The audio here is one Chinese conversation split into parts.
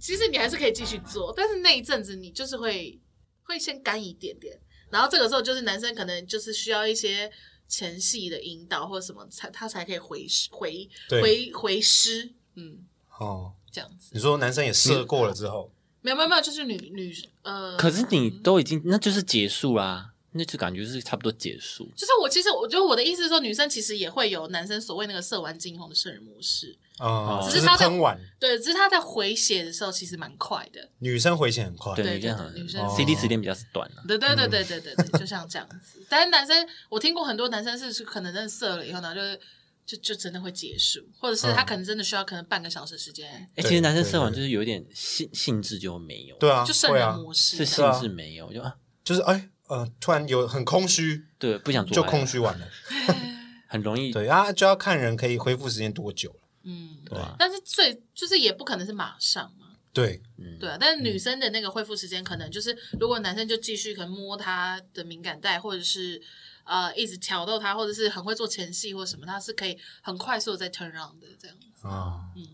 其实你还是可以继续做，但是那一阵子你就是会会先干一点点，然后这个时候就是男生可能就是需要一些前戏的引导或什么，才他才可以回回对回回师，嗯，哦，这样子。你说男生也射过了之后，没有没有没有，就是女女呃，可是你都已经，那就是结束啦，那就感觉是差不多结束。就是我其实我觉得我的意思是说，女生其实也会有男生所谓那个射完精红的射人模式，啊，只就是是哦他在喷完，对，只是他在回血的时候其实蛮快的，女生回血很快，对对，女对生对女很生哦 CD 时间比较是短啊。对对对对对对对，就像这样子。但是男生，我听过很多男生是是可能真的射了以后呢，就是就就真的会结束，或者是他嗯可能真的需要可能半个小时时间，哎，对其实男生对射完对就是有点兴兴致就没有，对，啊，就圣会人啊，模是式。兴啊致没有，就啊，就是哎，呃，突然有很空虚，对，不想做就爱空了虚完了，嗯很容易，对啊，就要看人可以恢复时间多久了，嗯，对吧？但是最就是也不可能是马上嘛，对，嗯，对啊。但是女生的那个恢复时间可能就是，如果男生就继续可能摸她的敏感带，或者是呃一直挑逗她，或者是很会做前戏或什么，他是可以很快速的在 turn on 的这样，啊，嗯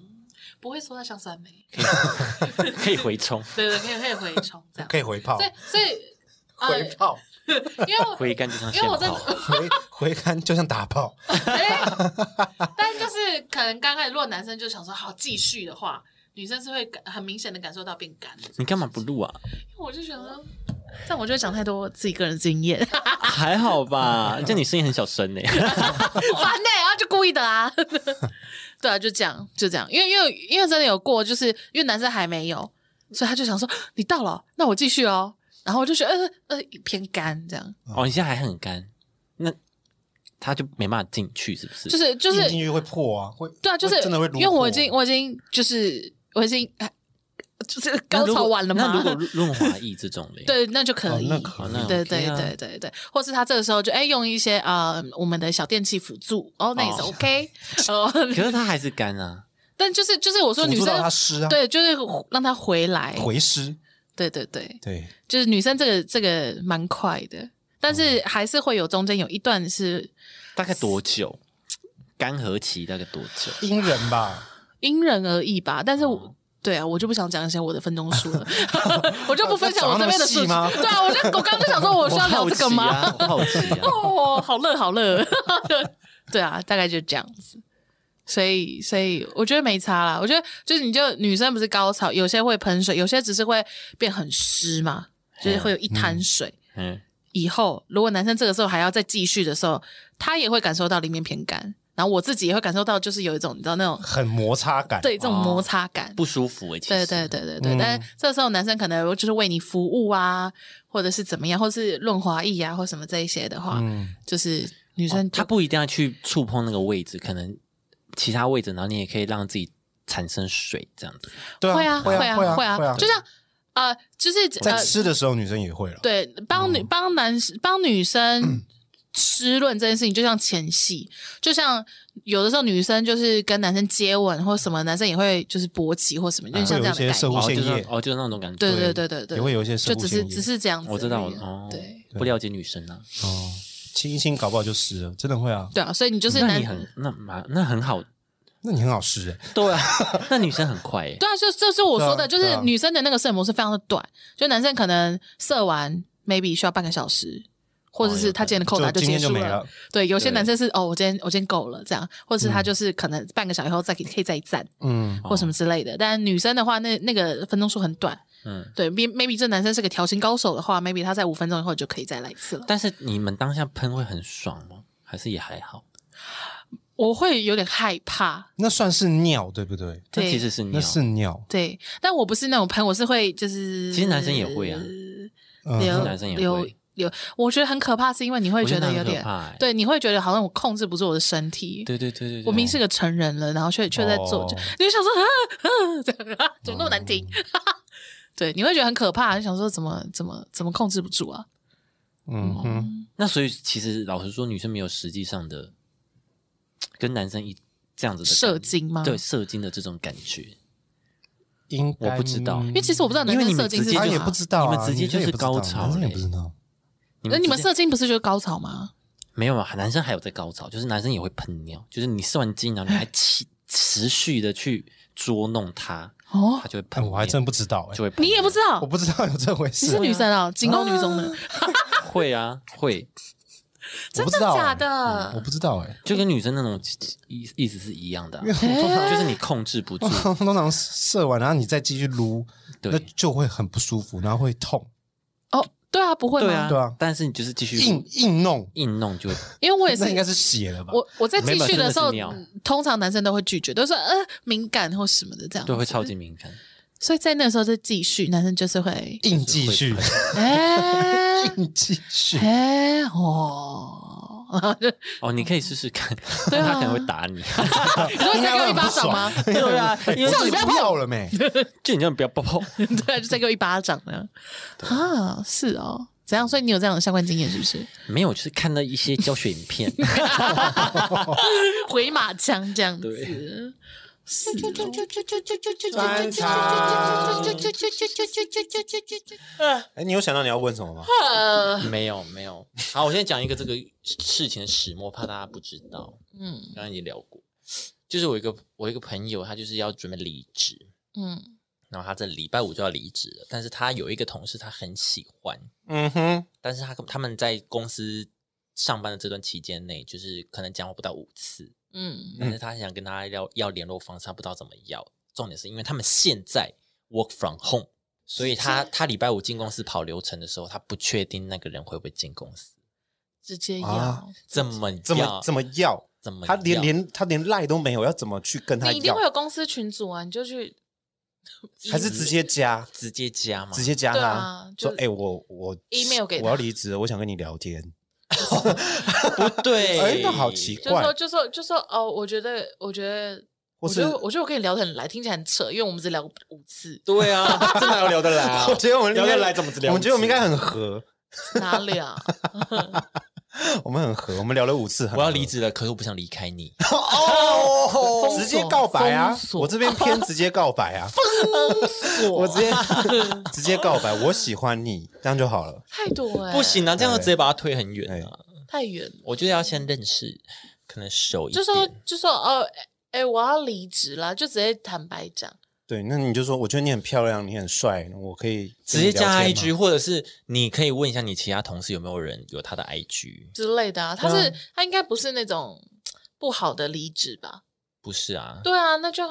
不会说她像酸梅，可以回冲，对对，可以可以回 冲这样。可以回泡所，以所以呃回，泡，因为我回甘就像因现为我真泡，的，回回杆就像打炮，但就是可能刚开始，如果男生就想说好继续的话，女生是会感很明显的感受到变干的。你干嘛不录啊？因为我就想说，这样我就会讲太多自己个人经 验，还好吧，这样你声音很小声呢。啊烦呢、欸然后就故意的啊。 对啊，就这样，就这样，因为因为因为真的有过，就是因为男生还没有，所以他就想说你到了，那我继续哦。然后我就觉得呃呃偏干这样，哦，你现在还很干，那他就没办法进去，是不是？就是是 就是进去会破啊，会，对啊，就是会真的会撸因为我破已经我已经就是我已经 哎就是高潮完了嘛。那如果润滑液这种的，， 对，那就可哦以。那可哦以那对对 OK 啊对对对，或是他这个时候就哎用一些呃我们的小电器辅助，哦那也是哦 OK 哦，可是他还是干啊。但就是就是我说辅女助到他生湿啊，对，就是让他回来，回湿，对对对，对，就是女生这个这个蛮快的，但是哦还是会有中间有一段是大概多久？干涸期大概多久？阴人吧，因人而异吧，但是我。哦对啊，我就不想讲一些我的分钟数 了，我就不分享我这边的数据。要讲 到那么细吗对啊，我就我刚刚就想说，我需要聊这个吗？我好奇啊，我好奇啊。哦，好热，好热。 对啊，大概就这样子。所以，所以我觉得没差啦。我觉得就是，你就女生不是高潮，有些会喷水，有些只是会变很湿嘛，就是会有一滩水。 嗯，以后如果男生这个时候还要再继续的时候，他也会感受到里面偏干，然后我自己也会感受到，就是有一种你知道那种很摩擦感，对这种哦摩擦感。不舒服哎、欸，其对实对对对对，嗯但这时候男生可能就是为你服务啊，或者是怎么样，或是润滑液啊，或什么这一些的话，嗯，就是女生就哦他不一定要去触碰那个位置，可能其他位置，然后你也可以让自己产生水这样子。对会啊，啊，会啊，会会啊，就像呃，就是在哦呃，吃的时候，女生也会了，对，帮女帮男帮女嗯生湿润这件事情，就像前戏，就像有的时候女生就是跟男生接吻或什么，男生也会就是勃起或什么，就啊会像这有一样的些感射觉。护哦，腺就是液那，哦，就是那种感觉。对对对对对，也会有一些就射护只腺是液只是这样子而已。啊我知道哦，对，不了解女生啊，哦，亲一亲搞不好就湿了，真的会啊，对啊，所以你就是那男你很那蛮那很好，那你很好湿欸，对啊， 那女生很快哎、对啊，就就是我说的，对就啊对是啊女生的那个射模式非常的短，就男生可能射完 maybe 需要半个小时，或者哦是有他今天的扣打就今结天就束没了。对，有些对嗯男生是哦，我今天我今天够了这样，或者是他就是可能半个小时后再可以可以再站嗯，哦或什么之类的。但女生的话，那那个分钟数很短，嗯。对，may-，maybe 这男生是个调情高手的话，maybe 他在五分钟以后就可以再来一次了。但是你们当下喷会很爽吗？还是也还好？我会有点害怕，那算是尿对不对？这对其实是那尿，是尿，对，但我不是那种喷，我是会就是，其实男生也会啊，嗯流男生也会流流，我觉得很可怕，是因为你会我觉觉得得有那很点可，怕欸对，你会觉得好像我控制不住我的身体，对对对对哦对，我明明是个成人了，然后却却在做，哦哦就你就想说啊啊，这样啊怎么那么难听？ 对，你会觉得很可怕，就想说怎么怎么怎么控制不住啊？嗯哼，那所以其实老实说，女生没有实际上的跟男生一这样子的感射精吗？对，射精的这种感觉，应该我不知道因为其实我不知道男因为生你们射精是直什接他就也么不知道啊，你们直接就是女生也不知道高潮欸男生也嘞不知道，你那们你们之间射精不是就是高潮吗？没有啊？男生还有在高潮，就是男 生也会喷尿，就是你射完精然后你还持持续的去捉弄他，哦它，就会哎，喷面，我还真不知道，哎就，会喷面。你也不知道我，不知道有啊这回你事是，女生哦，金工女中的，会啊，会，我真不的知道假哎我的？不知道 哎，就跟女生那种意意思是一样的啊、因为我通常哎就是你控制不住， 通常射完，然后你再继续撸，那对就会很不舒服，然后会痛，哦，对啊，不会对吗？啊，对啊但是你就是继续硬硬弄，硬弄就会，因为我也是那应该是血了吧？我我在继续的时候没有真的是，通常男生都会拒绝，都说呃敏感或什么的这样，就会超。级敏感。所以在那个时候再继续，男生就 是会硬继续会，哎硬继续，哎哦，然后就哦，你可以试试看，对啊 他可能会 打你。你说再给我一巴掌吗？对啊， 因为这样我你不要不碰要了 没？就你这样不要抱抱。对啊，就再给我一巴掌呢。啊，是哦，怎样？所以你有这样的相关经验是不是？没有，就是看到一些教学影 片，回马枪这样子对。是哦专场哎，你有想到你要问什么吗？呃没有没有。好，我先讲一个这个事情的始末，怕大家不知道。嗯刚刚也聊过，就是我一个我一个朋友，他就是要准备离职，嗯，然后他这礼拜五就要离职了，但是他有一个同事他很喜欢，嗯哼，但是他他们在公司上班的这段期间内，就是可能讲话不到五次，嗯但是他很想跟他要要联络方式，他不知道怎么要。重点是因为他们现在 work from home，所以他他礼拜五进公司跑流程的时候，他不确定那个人会不会进公司，直接要啊，怎么要怎么怎么要？怎么他连要连他连赖都没有，要怎么去跟他你一定要会？有公司群组啊，你就去，还是直接加，直接加嘛？直接加对他啊，就说：“哎，我我 email 给他我要离职了，我想跟你聊天。不对，，哎那好奇就说怪就说就说哦，我觉得我觉得。我或觉是？得我觉得我跟你聊得很来，听起来很扯，因为我们只聊五次对啊，这哪有聊得来啊 我觉得我们应聊该得来怎么我聊？们觉得我们应该很合，哪里啊？我们很合，我们聊了五次。很我要合离职了，可是我不想离开你。哦封，直接锁告白啊封！锁我这边偏直接告白啊，我直接 直接告白，我喜欢你，这样就好了。太多哎、不行啊，这样就直接把他推很远啊！太远了。我觉得要先认识，可能熟一就点。说就说哦，哎、哎我要离职啦，就直接坦白讲。对，那你就说，我觉得你很漂亮，你很帅，我可以直接加一 IG，或者是你可以问一下你其他同事有没有人有他的 IG。之类的啊。他是、他应该不是那种不好的离职吧？不是啊，对啊，那就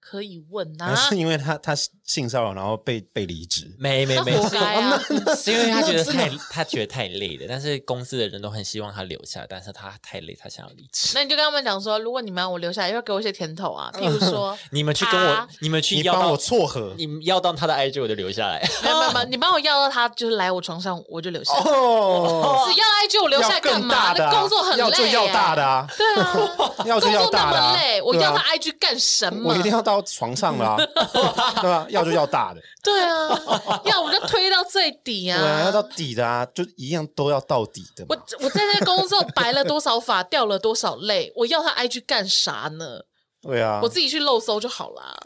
可以问啊那。是因为他他性骚扰，然后被被离职。 没没那没，活该啊！ 是因为他觉得那真的太他觉得太累了，但是公司的人都很希望他留下，但是他太累，他想要离职。那你就跟他们讲说，如果你们要我留下来，要给我一些甜头 啊，譬如说，你们去跟我啊，你们去你要帮我到，撮合你们要到他的 IG 我就留下来。没有没有没有，你帮我要到他，就是来我床上，我就留下来。哦，只要 IG 我留下来要干更嘛？大的那啊，工作很累、要欸，就要大 的啊，对 啊，要就工要作那大的么啊，累，我对要啊他 IG 干什么？我一定要到床 上啦，对吧？要就要大的，对 啊，要我就推到最底对啊！啊，要到底的啊，就一样都要到底的嘛。我我在这工作白了多少发， 掉了多少泪，我要他 IG 干啥呢？对啊，我自己去漏搜就好啦，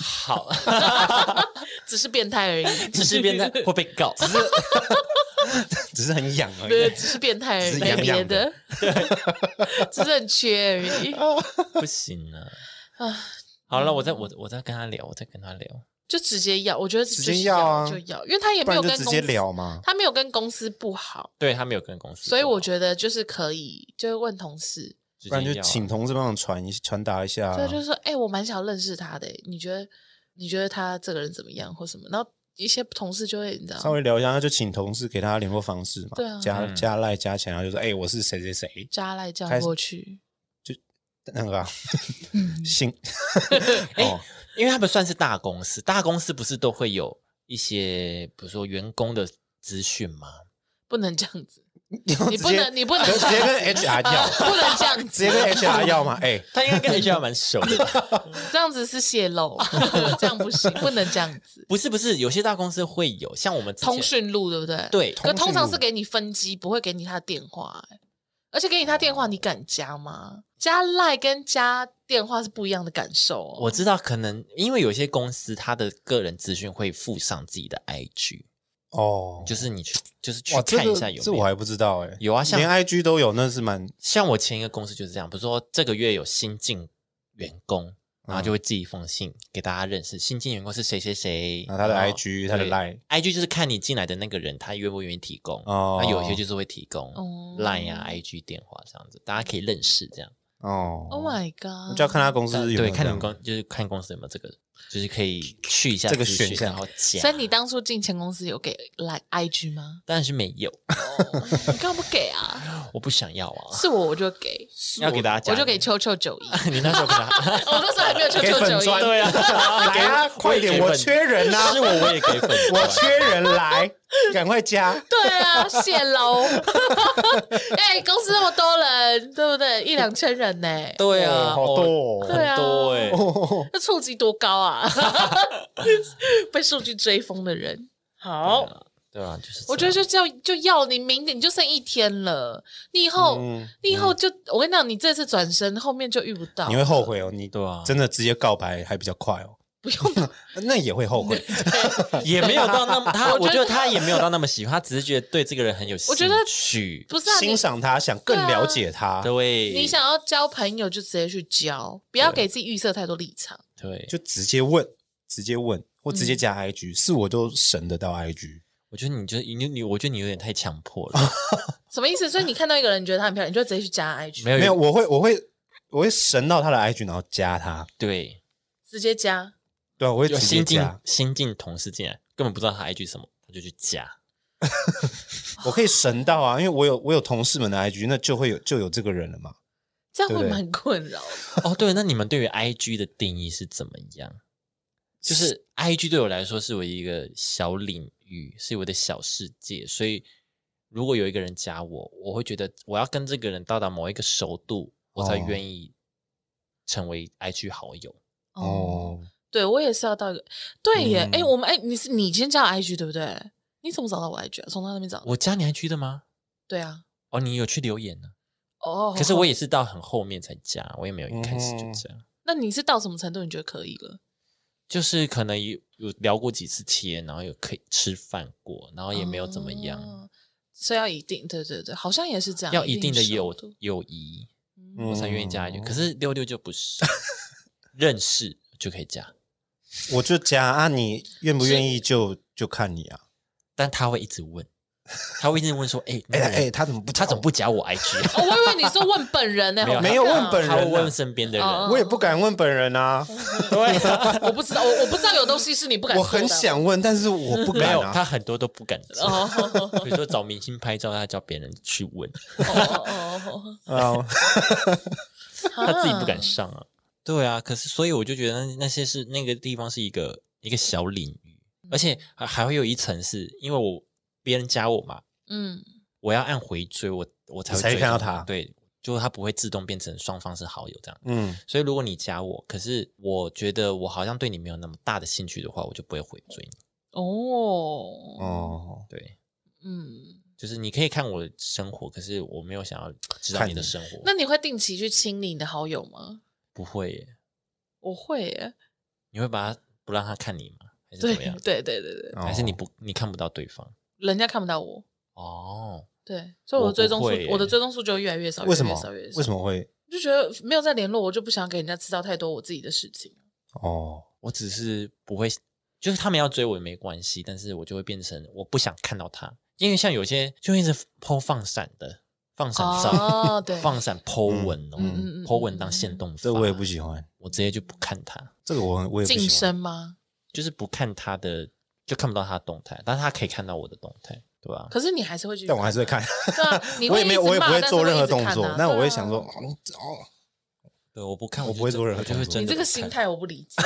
好，只是变态 而已，只是 变态会被告， 只是只是很痒而对，已。只是变态而已，只是没痒别痒的，只是很缺而 已。不行啊。好了，我嗯再我我再跟他聊，我再跟他聊。就直接要，我觉得直接要啊就要，因为他也不没有然就跟直公接司，聊嘛，他没有跟公司不好，对他没有跟公司说，所以我觉得就是可以，就是问同事，直接不然就要啊请同事帮我传一传达一下啊。对，就是说，哎、我蛮想认识他的，欸你觉得你觉得他这个人怎么样或什么？然后一些同事就会你知道稍微聊一下，那就请同事给他联络方式嘛，对啊加嗯加赖加钱，然后就说，哎，我是谁谁谁，加赖叫开始过去， 那个啊新哎、哦因为他们算是大公司，大公司不是都会有一些，比如说员工的资讯吗？不能这样 子，你你不能，你不能 直这接样跟子 HR 要， 不能这样子，直接跟 HR 要嘛，哎，他应该跟 HR 蛮熟的吧。 这样子是泄露， 这样不行，不能这样 子。不是不是，有些大公司会有，像我们之前通讯录对不对？。对可通常是通讯录给你分机，不会给你他的电话、欸而且给你他电话，你敢加吗？加赖跟加电话是不一样的感受、哦。我知道，可能因为有些公司他的个人资讯会附上自己的 IG，哦，就是你去就是去哇，这看一个下有这没我有。还不知道哎，有啊像连 IG 都有，那是蛮嗯像我前一个公司就是这样，比如说这个月有新进员工，然后就会寄一封信给大家认识新进员工是谁谁谁，啊然后他的然 IG 他的哦对 Line IG 就是看你进来的那个人，他愿不愿意提供。哦那有一些就是会提供哦 Line 啊、IG 电话这样子，大家可以认识这样。哦 Oh my god！就要看他公司有没有呃对，看这你样们公就是看公司有没有这个，就是可以去一下这个资讯选项然后加。所以你当初进前公司有给来 IG 吗？ 当然是没有，你干嘛不给啊？我不想要啊， 是我我就给，要给大家讲，我就给秋秋九一。哦我你那时候给他，那时候还没有秋给秋粉九砖一， 对啊，来啊，快也点，给我粉缺人啊，是我我也给粉，我缺人来，赶快加。对啊，谢喽。 哎，公司那么多人，对不对？一两千人呢，对哦啊，好哦多哦对啊很多哎、那触及多高啊！ 被数据追风的人，好。对啊，就是我觉得就叫就要你明天你就剩一天了，你以后、嗯你以后就、我跟你讲，你这次转身后面就遇不到，你会后悔哦，你对啊真的直接告白还比较快哦，不用到 那也会后悔。得也没有到那么 他，我觉得我觉得他也没有到那么喜欢，他只是觉得对这个人很有兴我觉得趣，不是啊欣你。赏他，想更了解他，对，啊你想要交朋友就直接去交，不要给自己预设太多立场。对，就直接问，直接问，或直接加 IG，是我都省得到 IG。我觉得你就是你你，我觉得你有点太强迫哦了，什么意思？所以你看到一个人，你觉得他很漂亮，你就直接去加 IG，没有没有，我会，我会，我会神到他的 IG，然后加他。对，直接加。对啊，我会有直接新进加，新进同事进来，根本不知道他 IG 什么，他就去加，我可以神到啊，因为我有我有同事们的 IG，那就会有就有这个人了嘛。这样会对不对蛮困扰的。哦，对，那你们对于 IG 的定义是怎么样？就是 IG 对我来说是我一个小领域，是我的小世界，所以如果有一个人加我，我会觉得我要跟这个人到达某一个熟度，我才哦愿意成为 IG 好友。哦，哦，对我也是要到一个，对耶。嗯哎、我们哎，你是你先加我 IG 对不对？你怎么找到我 IG 啊？从他那边找的。我加你 IG 的吗？对啊，哦，你有去留言呢、哦，可是我也是到很后面才加，我也没有一开始就加。那你是到什么程度你觉得可以了？就是可能有有聊过几次天，然后有可以吃饭过，然后也没有怎么样，哦所以要一定，对对对，好像也是这样，要一定的友熟度友谊，嗯我才愿意加 IG。可是六六就不是，认识就可以加，我就加啊，你愿不愿意就就看你啊。但他会一直问，他会一直问说：“哎、那哎个哎人，哎他怎么不加我？他怎么不加我 IG？” 哦，我以为你说问本人呢、 没有好尴尬没有问本人他啊会问身边的人，哦哦我也不敢问本人啊， 我不知道，我我不知道有东西是你不敢我说的，很想问，但是我不没敢有，啊。他很多都不敢做。哦。哦哦比如说找明星拍照，他叫别人去问，哦哦啊，哦， 他自己不敢上啊。对啊，可是所以我就觉得那那些是那个地方是一个一个小领域，而且还还会有一层是因为我别人加我嘛，嗯，我要按回追，我我才会才会追看到踪他对，就是他不会自动变成双方是好友这样。嗯，所以如果你加我，可是我觉得我好像对你没有那么大的兴趣的话，我就不会回追你。哦，哦，对，嗯，就是你可以看我的生活，可是我没有想要知道看你的你生活。那你会定期去清理你的好友吗？不会耶，我会耶，你会把他不让他看你吗？还是对怎么样？对对对对，哦还是你不你看不到对方？人家看不到我，哦，对，所以我我的追踪不数会耶，我的追踪数就越来越少，为什么越来越少越来越？少为什么会？就觉得没有再联络，我就不想给人家知道太多我自己的事情。哦，我只是不会，就是他们要追我也没关系，但是我就会变成我不想看到他，因为像有些就一直剖放闪的放闪照、 哦，对，放闪剖文哦、嗯嗯嗯嗯剖文当限动发，这我也不喜欢，我直接就不看他，这个我我也不晋喜升欢。吗？就是不看他的，就看不到他的动态，但是他可以看到我的动态，对吧、可是你还是会去，但我还是会看，对 啊，你我会也没有，一直我也不骂会但是做任何一直动看作啊。那我对会啊想说，哦哦，对，我不看，我就不会真做任何我就动会作真的你这个不心看态我不理 解，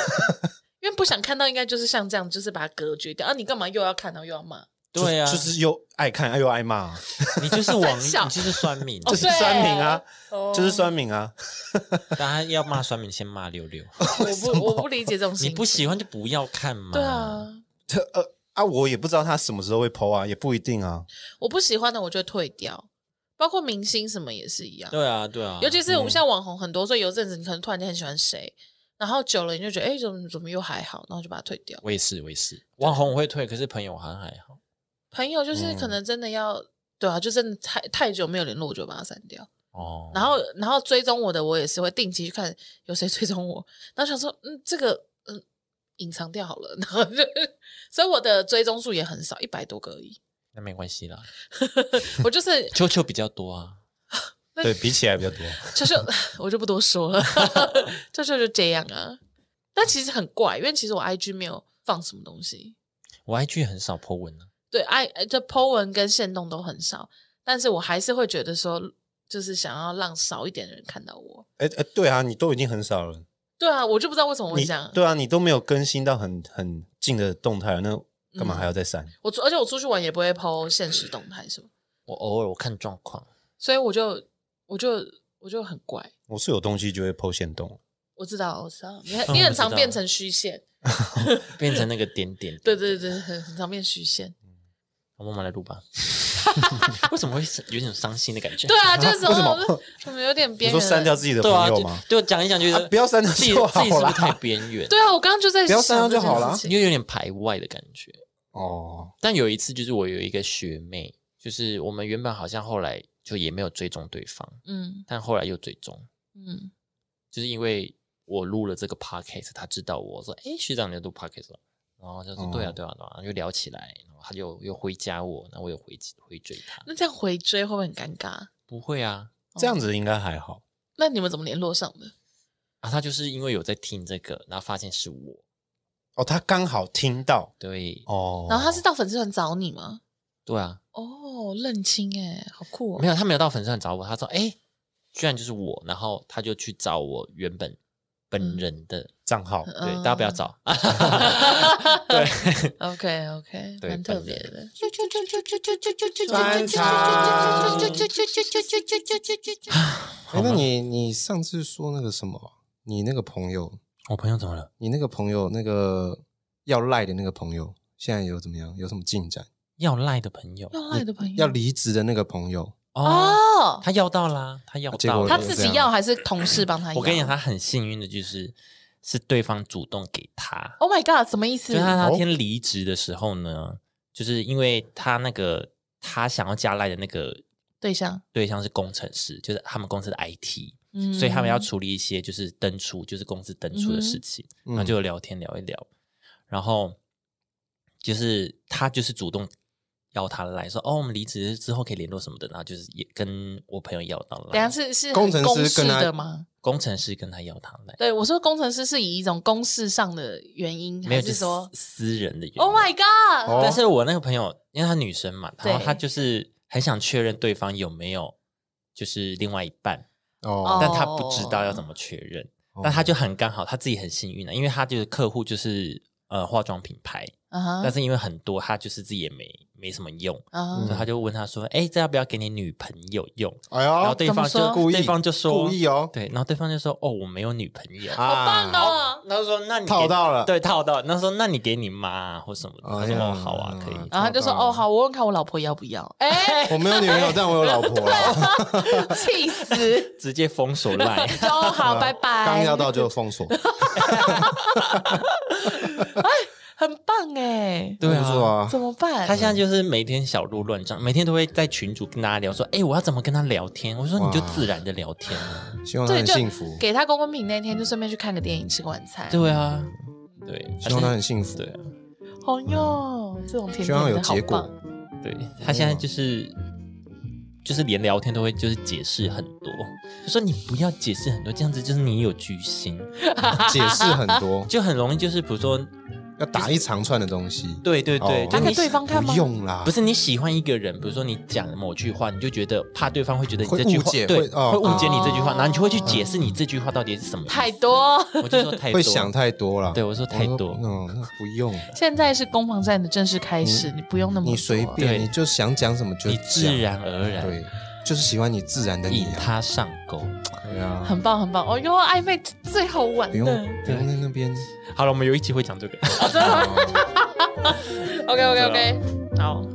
因为不想看到应该就是像这样，就是把它隔绝掉啊！你干嘛又要看，然后又要骂？对啊，就就是又爱看啊又爱骂，你就 是网，三小你就是酸民，哦就就是是对酸民啊，哦就是酸民啊， 大家要骂酸民，先骂六六，我不我不理解 这种心你情，不喜欢就不要看嘛，哦对，啊，这呃啊，我也不知道他什么时候会 PO 啊，也不一定 啊。我不喜欢的我就会退掉，包括明星什么也是一样。对啊，对啊，尤其是我们像网红很多，所以有阵子你可能突然间很喜欢谁，然后久了你就觉得，哎、怎么怎么又还好，然后就把它退掉。我也是，我也是。网红我会退，可是朋友好像还好。嗯朋友就是可能真的要，对啊，就真的太太久没有联络，我就把它删掉。哦，然后然后追踪我的我也是会定期去看有谁追踪我，然后想说嗯这个嗯隐藏掉好了，然后就 所以我的追踪数也很少，一百多个而已。那没关系啦，我就是秋秋比较多啊，对比起来比较多，就是 我就不多说了， 就是就这样啊。但其实很怪，因为其实我 IG 没有放什么东西，我 IG 很少 po 文啊，对 I 呃这 po 文跟线动都很少，但是我还是会觉得说，就是想要让少一点的人看到我。哎哎，对啊，你都已经很少了，对啊，我就不知道为什么会你这样。对啊，你都没有更新到很很近的动态了，那干嗯嘛还要再删？我出而且我出去玩也不会 po 现实动态什么，我偶尔我看状况，所以我就我就我就很怪。我是有东西就会剖线动，我知道，我知道，你很哦你很我知常道变成虚线，变成那个点点，对对对，很很常变虚线。我们来录吧。 为什么会有点伤心的感觉？对啊，就是 为什么 我们我们有点 你边说缘删人。掉自己的对啊，朋就友吗？就讲一讲，就是啊不要删掉自己就好自己是不啦是太边缘？对啊，我刚刚就在不要想删掉这就好件啦事情因为有点排外的感觉。哦，但有一次，就是我有一个学妹，就是我们原本好像后来就也没有追踪对方，嗯但后来又追踪，嗯，就是因为我录了这个 podcast，她知道我说：“哎，学长你在录 podcast 了。”然后就说：“哦对啊，对啊，对啊。”然后就聊起来，然后她就又回加我，那我有回回追她。那这样回追会不会很尴尬？不会啊，哦这样子应该还好。那你们怎么联络上的？啊，她就是因为有在听这个，然后发现是我，哦，他刚好听到对，哦，然后他是到粉丝团找你吗？对啊，哦，认亲哎，好酷哦！没有，他没有到粉丝团找我，他说：“哎、居然就是我。”然后他就去找我原本本人的，账号，嗯对，大家不要找。 OK OK，对蛮特别的。穿插哎，那你你上次说那个什么，你那个朋友，我朋友怎么了？你那个朋友那个要赖的那个朋友，现在有怎么样？有什么进展？要赖的朋友要赖的朋友要离职的那个朋友，哦，哦，啊他要到啦，他要结到果了他自己要还是同事帮他要？我跟你讲，他很幸运的就是是对方主动给他， ，Oh my God，什么意思就是？他那天离职的时候呢，就是因为他那个他想要加赖的那个对象，对象是工程师，就是他们公司的 IT。嗯所以他们要处理一些就是登出，就是公司登出的事情，嗯然后就聊天聊一聊，然后就是他就是主动邀他来说，哦，我们离职之后可以联络什么的，然后就是也跟我朋友要到等一下来，是是工程师很公式跟他的吗？工程师跟他要他来，对，我说工程师是以一种公式上的原因，没有还就是说私私人的原因。 Oh my God，哦但是我那个朋友，因为她女生嘛，对然后她就是很想确认对方有没有就是另外一半，哦哦，但她不知道要怎么确认。但他就很刚好，他自己很幸运啊，因为他就是客户就是呃化妆品牌，啊哈但是因为很多他就是自己也没没什么用，啊哈嗯所以他就问他说：“哎、这要不要给你女朋友用哎？”然后呦，对方哦怎么就说故意对方就说故意哦，对，然后对方就说：“哦，我没有女朋友。啊好棒哦！然后说：“那你给套到了 对，套到。”那说：“那你给你妈、啊、或什么的？”他哎说：“呀哦，好啊，可以。然后他就说超棒哦好，我问看我老婆要不要？ 哎，我没有女朋友，但我有老婆啊了。气死！直接封锁赖。 就哦好，拜拜。刚要到就封锁，啊很棒哎，对不错啊，啊怎，么办？他现在就是每天小鹿乱撞，每天都会在群主跟大家聊说：“哎、我要怎么跟他聊天？”我说：“你就哇自然的聊天啊。”希望他对，很就幸福，给他公关品那天，就顺便去看个电影，吃个晚餐。对啊，对，嗯希望他很幸福对。啊，好哟，这种甜希甜望的有结果好棒对他现在就是就是连聊天都会就是解释很多，就说你不要解释很多，这样子就是你有居心， 解释很多， 就很容易就是比如说，要打一长串的东西。对对对，哦拿就你给喜对方看不吗？用啦，不是你喜欢一个人，比如说你讲某句话，你就觉得怕对方会觉得你会这句误话解对会哦嗯会误解你这句话，哦然后你就会去解释你这句话到底是什么意思。太多。我就说太多会想太多啦。对我说太多我说嗯，那不用，现在是攻防战的正式开始，你不用那么你随多啊对便，你就想讲什么就你讲自然而然对，就是喜欢你自然的引你啊，他上钩。对 啊，很棒很棒。哦哟，暧昧最好玩不用的。 不用在那边。好了，我们有一集会讲这个。啊 OK OK OK，好。